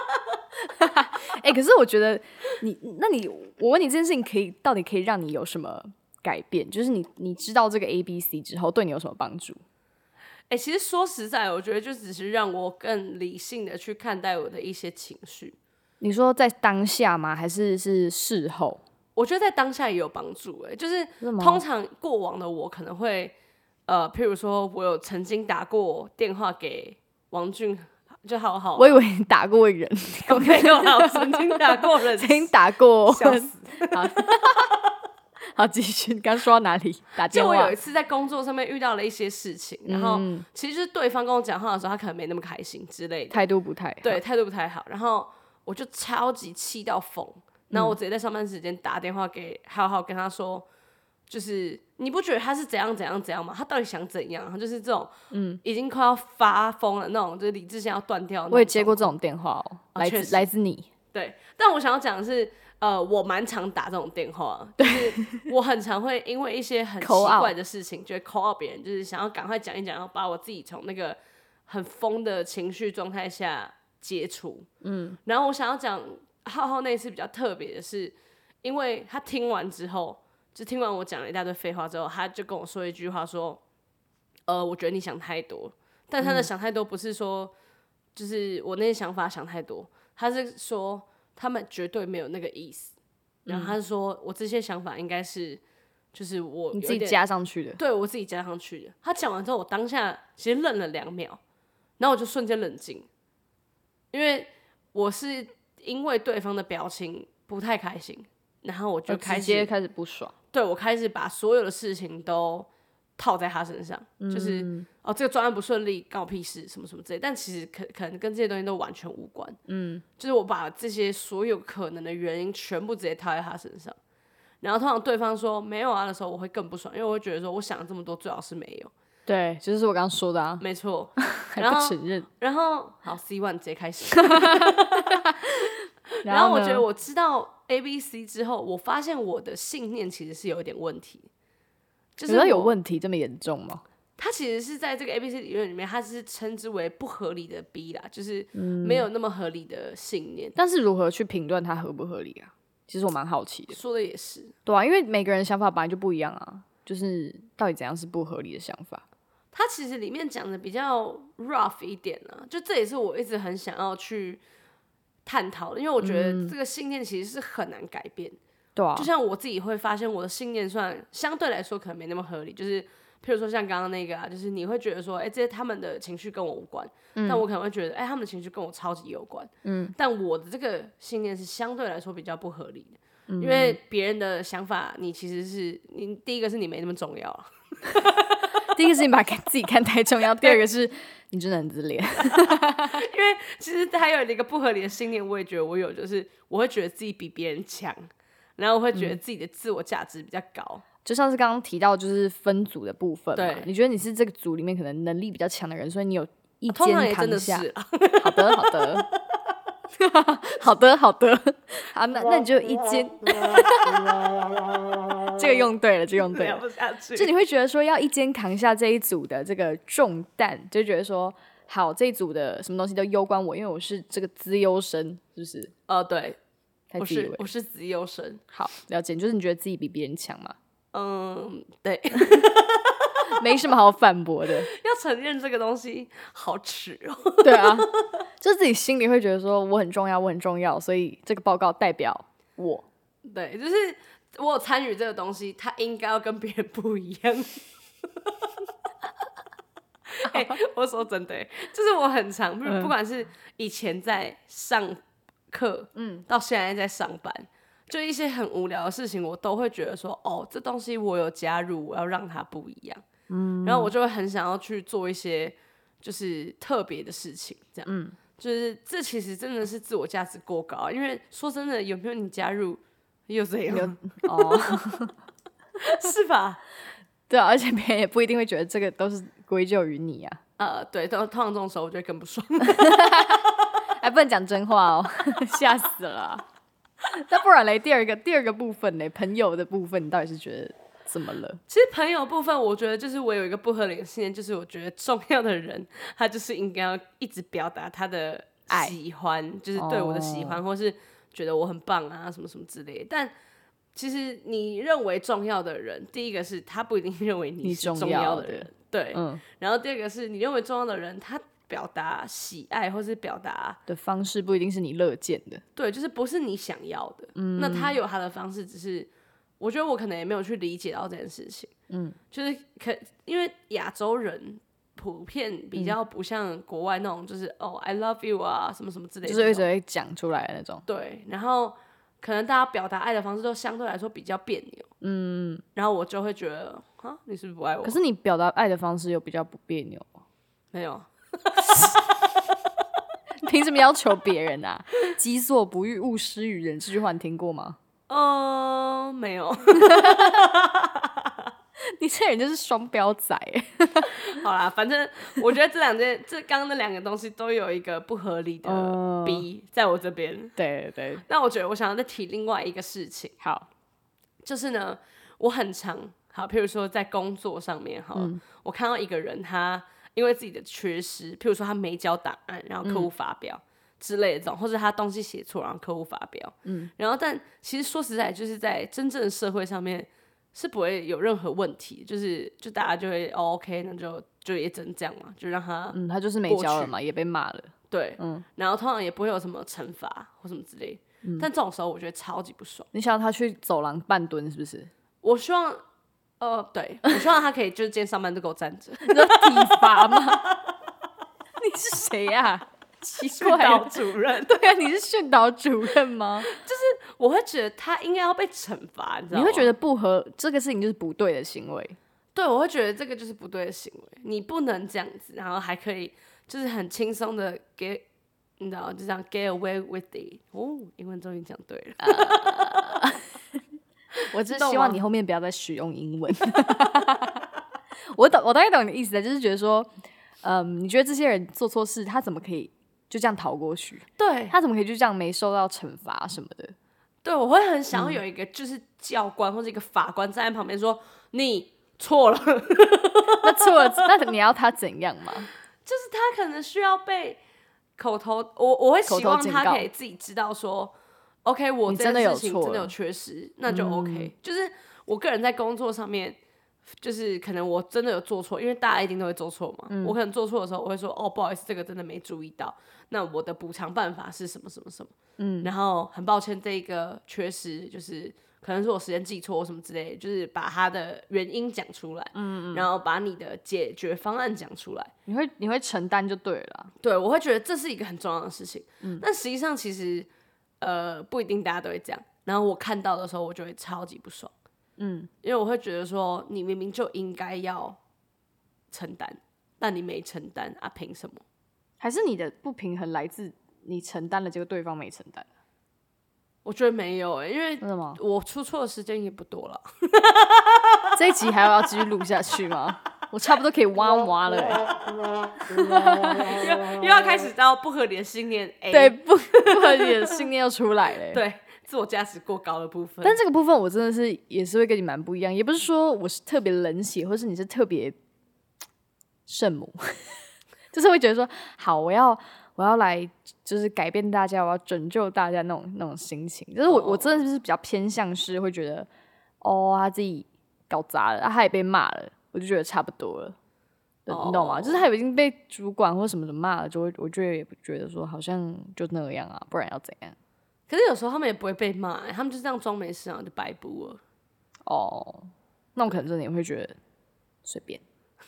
Speaker 2: 哎、可是我觉得你，那你，我问你这件事情可以到底可以让你有什么改变？就是你你知道这个 A B C 之后，对你有什么帮助？
Speaker 1: 哎、其实说实在，我觉得就只是让我更理性的去看待我的一些情绪。
Speaker 2: 你说在当下吗？还是是事后？
Speaker 1: 我觉得在当下也有帮助、欸，哎，就是
Speaker 2: 是吗
Speaker 1: 通常过往的我可能会，呃，譬如说我有曾经打过电话给王俊，就好好，
Speaker 2: 我以为你打过人，
Speaker 1: 哦没有啦，我曾经打过人，
Speaker 2: 曾经打过。
Speaker 1: 笑死。
Speaker 2: 好，好，继续。你刚说到哪里？打电
Speaker 1: 就我
Speaker 2: 话嗯
Speaker 1: 有一？次在工作上面遇到了一些事情，然后其实就是对方跟我讲话的时候，他可能没那么开心之类的，
Speaker 2: 态度不太好
Speaker 1: 对，态度不太好，然后我就超级气到疯，然
Speaker 2: 嗯
Speaker 1: 后我直接在上班时间打电话给浩浩，跟他说，就是你不觉得他是怎样怎样怎样吗？他到底想怎样？他就是这种，嗯，已经快要发疯了那种，就是理智线要断掉的那种。
Speaker 2: 我也接过这种电话哦，
Speaker 1: 啊
Speaker 2: 来
Speaker 1: 确
Speaker 2: 自
Speaker 1: 实
Speaker 2: 来自你。
Speaker 1: 对，但我想要讲的是，呃，我蛮常打这种电话，就是我很常会因为一些很奇
Speaker 2: Call out
Speaker 1: 怪的事情，就会 call out 别人，就是想要赶快讲一讲，然后把我自己从那个很疯的情绪状态下解除。嗯，然后我想要讲浩浩那一次比较特别的是，因为他听完之后，就听完我讲了一大堆废话之后，他就跟我说一句话说，呃，我觉得你想太多，但他的
Speaker 2: 嗯
Speaker 1: 想太多不是说。就是我那些想法想太多，他是说他们绝对没有那个意思。然后他是说，我这些想法应该是，就是我
Speaker 2: 嗯你
Speaker 1: 有
Speaker 2: 自己
Speaker 1: 点，
Speaker 2: 加上去的。
Speaker 1: 对我自己加上去的。他讲完之后，我当下其实愣了两秒，然后我就瞬间冷静，因为我是因为对方的表情不太开心，然后我就开
Speaker 2: 哦直
Speaker 1: 始
Speaker 2: 接开始不爽，
Speaker 1: 对我开始把所有的事情都套在他身上，就是哦，这个专案不顺利，干我屁事，什么什么之类。但其实可可能跟这些东西都完全无关，嗯，就是我把这些所有可能的原因全部直接套在他身上。然后通常对方说没有啊的时候，我会更不爽，因为我会觉得说我想了这么多，最好是没有。
Speaker 2: 对，就是我刚刚说的啊，
Speaker 1: 没错，
Speaker 2: 还
Speaker 1: 然
Speaker 2: 不
Speaker 1: 后
Speaker 2: 承认。
Speaker 1: 然后好 C one 直接开始。
Speaker 2: 然
Speaker 1: 然后我
Speaker 2: 呢
Speaker 1: 觉得我知道 A B C 之后，我发现我的信念其实是有一点问题，就是
Speaker 2: 你知道有
Speaker 1: 我
Speaker 2: 问题这么严重吗？
Speaker 1: 它其实是在这个 A B C 理论里面，它是称之为不合理的 B 啦，就是没有那么合理的信念。
Speaker 2: 但是如何去评断它合不合理啊？其实我蛮好奇的。
Speaker 1: 说的也是，
Speaker 2: 对啊，因为每个人想法本来就不一样啊，就是到底怎样是不合理的想法？
Speaker 1: 它其实里面讲的比较 rough 一点啊，就这也是我一直很想要去探讨的，因为我觉得这个信念其实是很难改变。
Speaker 2: 对啊
Speaker 1: 就，像我自己会发现，我的信念算相对来说可能没那么合理，就是譬如说像刚刚那个啊，就是你会觉得说，哎、这些他们的情绪跟我无关，
Speaker 2: 嗯
Speaker 1: 但我可能会觉得，哎、他们的情绪跟我超级有关，嗯，但我的这个信念是相对来说比较不合理的。
Speaker 2: 嗯
Speaker 1: 因为别人的想法，你其实是你第一个是你没那么重要啊，
Speaker 2: 第一个是你把自己看 太重要，第二个是你真的很自恋。
Speaker 1: 因为其实还有一个不合理的信念，我也觉得我有，就是我会觉得自己比别人强，然后我会觉
Speaker 2: 嗯
Speaker 1: 得自己的自我价值比较高，
Speaker 2: 就像是刚刚提到，就是分组的部分嘛
Speaker 1: 对，
Speaker 2: 你觉得你是这个组里面可能能力比较强的人，所以你有一
Speaker 1: 通常也
Speaker 2: 肩
Speaker 1: 真
Speaker 2: 扛
Speaker 1: 的
Speaker 2: 下
Speaker 1: 是。啊。
Speaker 2: 好的，好的， 好的，好的，好，那那你就一肩， 这个用对了，这个用对
Speaker 1: 聊
Speaker 2: 了。
Speaker 1: 不下去。
Speaker 2: 就你会觉得说要一肩扛下这一组的这个重担，就觉得说好这一组的什么东西都攸关我，因为我是这个资优生，是不是？
Speaker 1: 哦，对，
Speaker 2: 太
Speaker 1: 我
Speaker 2: 自以
Speaker 1: 是
Speaker 2: 为
Speaker 1: 我是自由生，
Speaker 2: 好了解，就是你觉得自己比别人强嘛，
Speaker 1: 嗯，对，
Speaker 2: 没什么好反驳的。
Speaker 1: 要承认这个东西好耻哦、
Speaker 2: 对啊， 就是自己心里会觉得说我很重要，我很重要，所以这个报告代表我。
Speaker 1: 对，就是我有参与这个东西，它应该要跟别人不一样。 哎、我说真的、欸就是我很常，不
Speaker 2: 嗯
Speaker 1: 不管是以前在上课，嗯，到现在在上班，就一些很无聊的事情，我都会觉得说，哦，这东西我有加入，我要让它不一样，嗯，然后我就会很想要去做一些就是特别的事情，这样，嗯，就是这其实真的是自我价值过高啊，因为说真的，有没有你加入又怎样，
Speaker 2: 哦，
Speaker 1: 是吧？
Speaker 2: 对啊，而且别人也不一定会觉得这个都是归咎于你啊，
Speaker 1: 呃，对，通通常这种时候我就会更不爽。
Speaker 2: 还哎不能讲真话哦，吓死了啊。那不然嘞，第二个第二个部分嘞，朋友的部分，你到底是觉得怎么了？
Speaker 1: 其实朋友部分，我觉得就是我有一个不合理的信念，就是我觉得重要的人，他就是应该要一直表达他的
Speaker 2: 爱
Speaker 1: 喜欢，就是对我的喜欢，或是觉得我很棒啊，什么什么之类的。但其实你认为重要的人，第一个是他不一定认为
Speaker 2: 你
Speaker 1: 是
Speaker 2: 重
Speaker 1: 重
Speaker 2: 要
Speaker 1: 要的
Speaker 2: 的
Speaker 1: 人，对。
Speaker 2: 嗯，
Speaker 1: 然后第二个是你认为重要的人，他表达喜爱或是表达
Speaker 2: 的方式不一定是你乐见的，
Speaker 1: 对，就是不是你想要的。
Speaker 2: 嗯
Speaker 1: 那他有他的方式，只是我觉得我可能也没有去理解到这件事情。
Speaker 2: 嗯，
Speaker 1: 就是可因为亚洲人普遍
Speaker 2: 嗯
Speaker 1: 比较不像国外那种，就是、哦，I love you 啊，什么什么之类的
Speaker 2: 就
Speaker 1: 这
Speaker 2: 是
Speaker 1: 种，
Speaker 2: 会只会讲出来的那种。
Speaker 1: 对，然后可能大家表达爱的方式都相对来说比较别扭。嗯，然后我就会觉得啊，你是不是不爱我？
Speaker 2: 可是你表达爱的方式又比较不别扭，
Speaker 1: 没有，
Speaker 2: 凭什么要求别人啊？己所不欲，勿施于人。这句话你听过吗？
Speaker 1: 嗯、没有。
Speaker 2: 你这人就是双标仔欸，
Speaker 1: 好啦，反正我觉得这两件，这刚刚那两个东西都有一个不合理的
Speaker 2: 嗯，
Speaker 1: B 在我这边。
Speaker 2: 对对对，
Speaker 1: 那我觉得我想要再提另外一个事情，
Speaker 2: 好，
Speaker 1: 就是呢，我很常好，譬如说在工作上面哈，我看到一个人他因为自己的缺失，譬如说他没交档案，然后客户发飙。之类的这种，或者他东西写错，然后客户发飙，嗯，然后但其实说实在，就是在真正的社会上面是不会有任何问题，就是就大家就会、哦、OK，那就就也只能这样嘛，就让他
Speaker 2: 嗯，他就是没
Speaker 1: 过
Speaker 2: 交了
Speaker 1: 去
Speaker 2: 嘛，也被骂了。
Speaker 1: 对，然后通常也不会有什么惩罚或什么之类，但这种时候我觉得超级不爽。
Speaker 2: 你想要他去走廊半蹲是不是？
Speaker 1: 我希望，呃，对，我希望他可以就是今天上班都给我站 着，
Speaker 2: 你说体罚吗？ 你是谁啊呀、奇怪了，
Speaker 1: 主任，
Speaker 2: 对啊，你是训导主任 吗？
Speaker 1: 我会觉得他应该要被惩罚，你知道吗？
Speaker 2: 你会觉得不合这个事情就是不对的行为，
Speaker 1: 对，我会觉得这个就是不对的行为，你不能这样子，然后还可以就是很轻松的给，你知道，就这样 get away with it。哦，英文终于讲对了，
Speaker 2: 我只是
Speaker 1: 懂
Speaker 2: 希望
Speaker 1: 吗
Speaker 2: 你后面不要再使用英文。 我懂，我大概懂你的意思了，就是觉得说，嗯，你觉得这些人做错事，他怎么可以就这样逃过去？
Speaker 1: 对
Speaker 2: 他怎么可以就这样没受到惩罚什么的？
Speaker 1: 对，我会很想要有一个就是教官或者一个法官站在旁边说你错了，
Speaker 2: 那错了， 那你要他怎样嘛？
Speaker 1: 就是他可能需要被口头，我我会
Speaker 2: 口头
Speaker 1: 希望
Speaker 2: 警
Speaker 1: 他
Speaker 2: 告
Speaker 1: 可以自己知道说，OK，我
Speaker 2: 你
Speaker 1: 这
Speaker 2: 真的
Speaker 1: 件
Speaker 2: 有
Speaker 1: 事情
Speaker 2: 错
Speaker 1: 真的
Speaker 2: 了嗯
Speaker 1: 有缺失，那就 OK、就是我个人在工作上面，就是可能我真的有做错，因为大家一定都会做错嘛。
Speaker 2: 嗯
Speaker 1: 我可能做错的时候，我会说哦，不好意思，这个真的没注意到。那我的补偿办法是什么什么什么？嗯，然后很抱歉，这个缺失就是可能是我时间记错或什么之类的，就是把它的原因讲出来，嗯嗯，然后把你的解决方案讲出来。
Speaker 2: 你会你会承担就对了。啊
Speaker 1: 对，我会觉得这是一个很重要的事情。嗯，但实际上其实呃不一定大家都会这样。然后我看到的时候，我就会超级不爽，
Speaker 2: 嗯，
Speaker 1: 因为我会觉得说你明明就应该要承担，但你没承担啊，凭什么？
Speaker 2: 还是你的不平衡来自你承担了，结果对方没承担，
Speaker 1: 我觉得没有、欸，因为
Speaker 2: 为什么？
Speaker 1: 我出错的时间也不多 了。
Speaker 2: 这一集还要继续录下去吗？我差不多可以哇哇了、欸。
Speaker 1: 又又要开始到不合理的信念 A，
Speaker 2: 对，不不合理的信念又出来了、欸。
Speaker 1: 对自我价值过高的部分。
Speaker 2: 但这个部分我真的是也是会跟你蛮不一样，也不是说我是特别冷血，或是你是特别圣母， 就是会觉得说好，我要我要来就是改变大家，我要拯救大家那种那种心情。就是
Speaker 1: 哦
Speaker 2: 我、我真的就是比较偏向是会觉得哦，他自己搞砸了，啊、他也被骂了，我就觉得差不多了。对你懂吗
Speaker 1: 哦
Speaker 2: 就是他已经被主管或什么的骂了，就会我就也不觉得说好像就那样啊，不然要怎样？
Speaker 1: 可是有时候他们也不会被骂、欸，他们就这样装没事，然后就白补了。
Speaker 2: 哦，那我可能真的也会觉得随 便，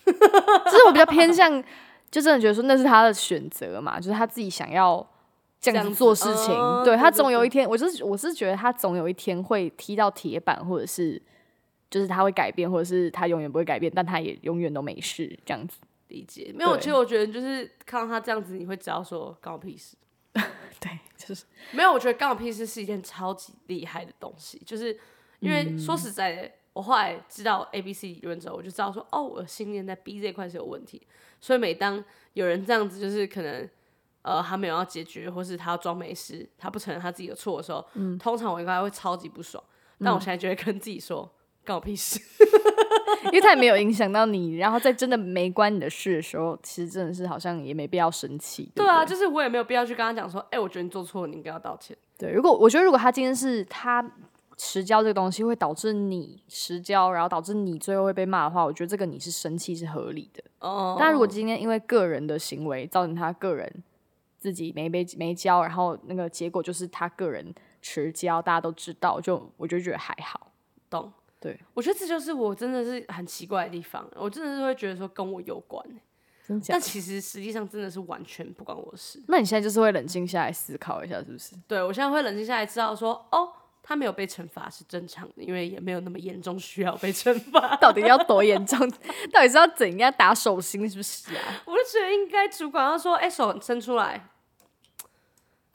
Speaker 2: 就是我比较偏向，就真的觉得说那是他的选择嘛，就是他自己想要这
Speaker 1: 这
Speaker 2: 样
Speaker 1: 样
Speaker 2: 子
Speaker 1: 子
Speaker 2: 做事情，
Speaker 1: 哦
Speaker 2: 对
Speaker 1: 对
Speaker 2: 他
Speaker 1: 对
Speaker 2: 总有
Speaker 1: 对
Speaker 2: 一天，我就是我是觉得他总有一天会踢到铁板，或者是就是他会改变，或者是他永远不会改变，但他也永远都没事这样子。
Speaker 1: 理解没有？
Speaker 2: 对
Speaker 1: 其实我觉得就是看到他这样子，你会知道说干我屁事。
Speaker 2: 对， 就是
Speaker 1: 没有，我觉得干我屁事是一件超级厉害的东西，
Speaker 2: 嗯
Speaker 1: 就是因为说实在的，我后来知道 A B C 理论之后，我就知道说哦，我的信念在 B 这一块是有问题，所以每当有人这样子，就是可能。呃，他没有要解决，或是他要装没事，他不承认他自己有错的时候，
Speaker 2: 嗯
Speaker 1: 通常我应该会超级不爽。但我现在就会跟自己说，干我屁 事。
Speaker 2: 因为他也没有影响到你，然后在真的没关你的事的时候，其实真的是好像也没必要生气。
Speaker 1: 对
Speaker 2: 不
Speaker 1: 啊，就是我也没有必要去跟他讲说，哎、我觉得你做错，了，你应该要道歉。
Speaker 2: 对，如果我觉得如果他今天是他迟交这个东西会导致你迟交，然后导致你最后会被骂的话，我觉得这个你是生气是合理的。
Speaker 1: 哦，
Speaker 2: 但如果今天因为个人的行为造成他个人自己没被没交，然后那个结果就是他个人迟交，大家都知道，就我就觉得还好。
Speaker 1: 懂。
Speaker 2: 对，
Speaker 1: 我觉得这就是我真的是很奇怪的地方，我真的是会觉得说跟我有关欸、
Speaker 2: 真假
Speaker 1: 但？其实实际上真的是完全不关我的事。
Speaker 2: 那你现在就是会冷静下来思考一下，是不是？。
Speaker 1: 对我现在会冷静下来，知道说哦，他没有被惩罚是正常的，因为也没有那么严重需要被惩罚
Speaker 2: 到底要多严重？ 到底是要怎样打手心？是不是啊？
Speaker 1: 我就觉得应该主管要说，哎、手伸出来，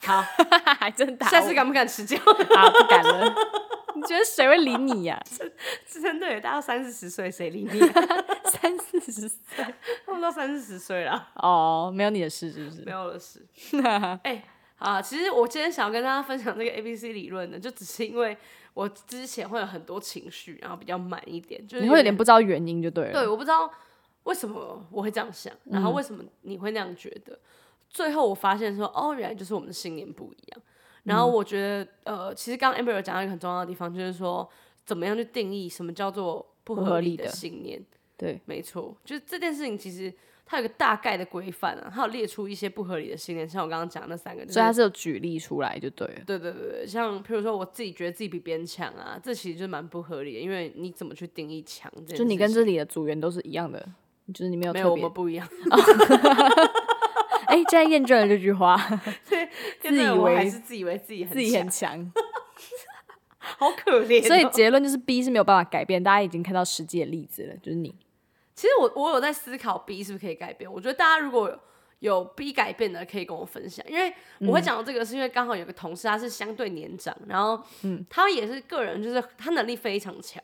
Speaker 1: 好，
Speaker 2: 还真打我？
Speaker 1: 下次敢不敢 迟交？
Speaker 2: 啊，不敢了。 你觉得谁会理你呀、
Speaker 1: 真的耶，大家三四十岁谁理你、啊？
Speaker 2: 三四十岁
Speaker 1: 他们都三四十岁了。
Speaker 2: 哦，没有你的事是不是
Speaker 1: 没？有了 事。哎、啊，其实我今天想要跟大家分享这个 A B C 理论呢，就只是因为我之前会有很多情绪，然后比较满一点，就是
Speaker 2: 你会有点不知道原因就对了。
Speaker 1: 对，我不知道为什么我会这样想，然
Speaker 2: 嗯
Speaker 1: 后为什么你会那样觉得。最后我发现说，哦，原来就是我们的信念不一样。然
Speaker 2: 嗯
Speaker 1: 后我觉得，呃，其实刚刚 Amber 有讲到一个很重要的地方，就是说怎么样去定义什么叫做不
Speaker 2: 不合
Speaker 1: 合理
Speaker 2: 理
Speaker 1: 的
Speaker 2: 的
Speaker 1: 信念。
Speaker 2: 对
Speaker 1: 没错，就是这件事情其实它有一个大概的规范啊，它有列出一些不合理的信念，像我刚刚讲的那三个，就是、
Speaker 2: 所以他是有举例出来就对了。
Speaker 1: 对对对对，像譬如说我自己觉得自己比别人强啊，这其实就蛮不合理的，因为你怎么去定义强这件事情？
Speaker 2: 就你跟这里的组员都是一样的，就是你没有
Speaker 1: 没
Speaker 2: 特
Speaker 1: 有我
Speaker 2: 别
Speaker 1: 们。不一样，
Speaker 2: 哎，现在验证了这句话，
Speaker 1: 现在
Speaker 2: 以
Speaker 1: 我
Speaker 2: 为
Speaker 1: 还是自以为自己很
Speaker 2: 自己很
Speaker 1: 强，
Speaker 2: 强。
Speaker 1: 好可怜哦、
Speaker 2: 所以结论就是 B 是没有办法改变，大家已经看到实际的例子了，就是你。
Speaker 1: 其实我我有在思考 B 是不是可以改变。我觉得大家如果有有 B 改变的，可以跟我分享，因为我会讲到这个，是因为刚好有个同事他是相对年长，然后他也是个人，就是他能力非常强，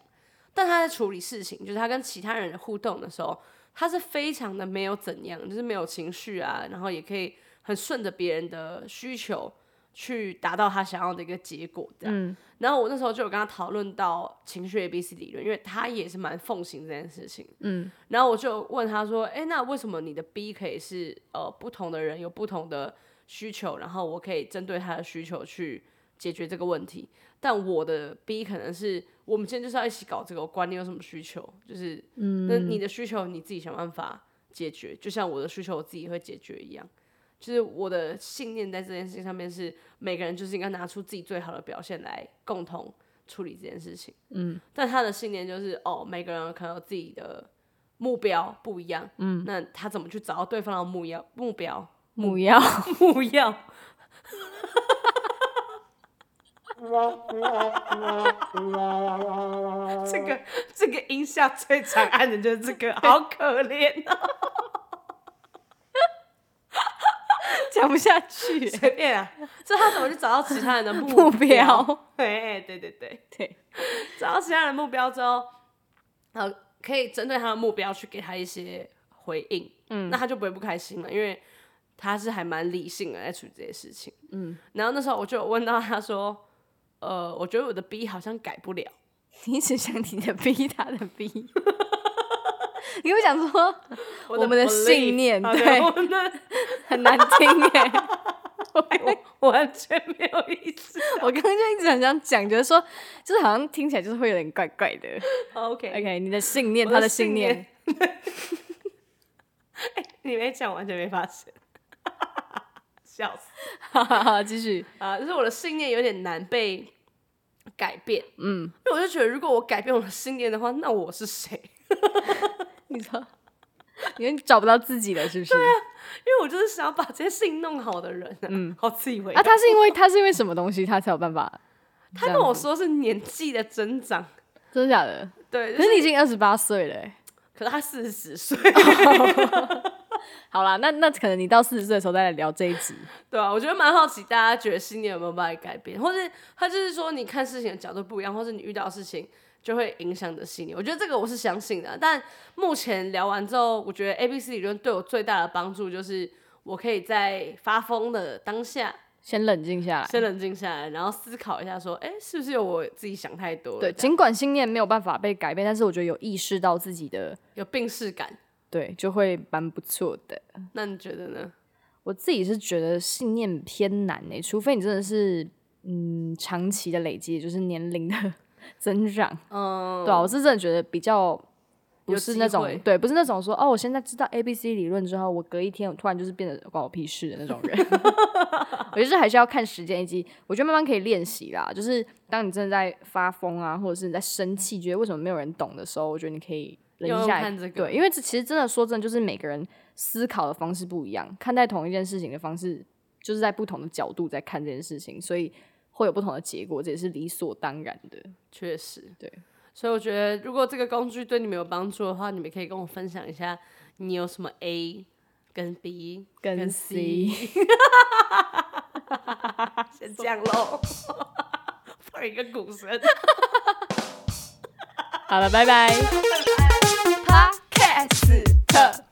Speaker 1: 但他在处理事情，就是他跟其他人互动的时候，他是非常的没有怎样，就是没有情绪啊，然后也可以很顺着别人的需求去达到他想要的一个结果，这样。
Speaker 2: 嗯
Speaker 1: 然后我那时候就有跟他讨论到情绪 A B C 理论，因为他也是蛮奉行这件事情。
Speaker 2: 嗯，
Speaker 1: 然后我就问他说：“哎，那为什么你的 B 可以是呃不同的人有不同的需求，然后我可以针对他的需求去解决这个问题，但我的 B 可能是我们今天就是要一起搞这个，我管你有什么需求，就是那你的需求你自己想办法解决，就像我的需求我自己会解决一样。”就是我的信念在这件事情上面是每个人就是应该拿出自己最好的表现来共同处理这件事情。
Speaker 2: 嗯，
Speaker 1: 但他的信念就是，哦，每个人可能有自己的目标不一样，
Speaker 2: 嗯，
Speaker 1: 那他怎么去找到对方的目标？目标，
Speaker 2: 母药
Speaker 1: 目标。这个这个音效最长按的就是这个，好可怜啊！
Speaker 2: 讲不下去，
Speaker 1: 随便啊，就他怎么去找到其他人的目
Speaker 2: 目标
Speaker 1: 对对对对，
Speaker 2: 对，
Speaker 1: 找到其他人的目标之后，呃，可以针对他的目标去给他一些回应，
Speaker 2: 嗯
Speaker 1: 那他就不会不开心了，因为他是还蛮理性的在处理这些事情。
Speaker 2: 嗯，
Speaker 1: 然后那时候我就有问到他说，呃，我觉得我的 B 好像改不了，
Speaker 2: 你一直想你的逼他的逼， 你会想说我们的
Speaker 1: belief，
Speaker 2: 信念
Speaker 1: 啊
Speaker 2: 对
Speaker 1: 我们 的哎
Speaker 2: 很难听哎、
Speaker 1: 我完全没有意思。
Speaker 2: 我刚刚就一直很想讲，觉得说就是好像听起来就是会有点怪怪的。
Speaker 1: 哦 OK，,
Speaker 2: OK，你的信念，
Speaker 1: 我的
Speaker 2: 他的信念
Speaker 1: 信， 哎你没讲，完全没发现， 笑死。
Speaker 2: 哈哈哈，继续，
Speaker 1: 啊、就是我的信念有点难被改变，
Speaker 2: 嗯，
Speaker 1: 因为我就觉得如果我改变我的信念的话，那我是谁？ 因
Speaker 2: 你 说，因为你找不到自己了，是不是？
Speaker 1: 啊为我就是想要把这些事情弄好的人、啊，
Speaker 2: 嗯
Speaker 1: 好自以为。
Speaker 2: 啊，他是因为他是因为什么东西，他才有办法？
Speaker 1: 他跟我，说是年纪的增长，
Speaker 2: 真的假的？
Speaker 1: 对，
Speaker 2: 可
Speaker 1: 就是
Speaker 2: 你已经二十八岁了欸、
Speaker 1: 可是他四十岁，
Speaker 2: 好啦，那那可能你到四十岁的时候再来聊这一集。
Speaker 1: 对啊，我觉得蛮好奇大家觉得信念有没有办法改变，或是他就是说你看事情的角度不一样，或是你遇到事情就会影响你的信念。我觉得这个我是相信的啊，但目前聊完之后，我觉得 A B C 理论对我最大的帮助就是我可以在发疯的当下
Speaker 2: 先冷静下来。
Speaker 1: 先冷静下来，然后思考一下说，哎、是不是有我自己想太多了？
Speaker 2: 对，
Speaker 1: 这样
Speaker 2: 尽管信念没有办法被改变，但是我觉得有意识到自己的，
Speaker 1: 有病视感。
Speaker 2: 对，就会蛮不错的。
Speaker 1: 那你觉得呢？
Speaker 2: 我自己是觉得信念偏难诶、除非你真的是嗯长期的累积，也就是年龄的增长，
Speaker 1: 嗯，
Speaker 2: 对啊，我是真的觉得比较不
Speaker 1: 有
Speaker 2: 是
Speaker 1: 机
Speaker 2: 那种
Speaker 1: 会
Speaker 2: 对，不是那种说哦，我现在知道 A B C 理论之后，我隔一天我突然就是变得关我屁事的那种人。我就是还是要看时间，以及我觉得慢慢可以练习啦。就是当你真的在发疯啊，或者是你在生气，觉得为什么没有人懂的时候，我觉得你可以冷
Speaker 1: 用用
Speaker 2: 静下来。
Speaker 1: 看这个
Speaker 2: 对，因为这其实真的说真的，就是每个人思考的方式不一样，看待同一件事情的方式，就是在不同的角度在看这件事情，所以会有不同的结果，这也是理所当然的。
Speaker 1: 确实，
Speaker 2: 对。
Speaker 1: 所以我觉得，如果这个工具对你们有帮助的话，你们可以跟我分享一下，你有什么 A 跟 B
Speaker 2: 跟
Speaker 1: C，
Speaker 2: C
Speaker 1: 先这样喽。放一个鼓声。
Speaker 2: 好了，拜拜。
Speaker 1: Podcast。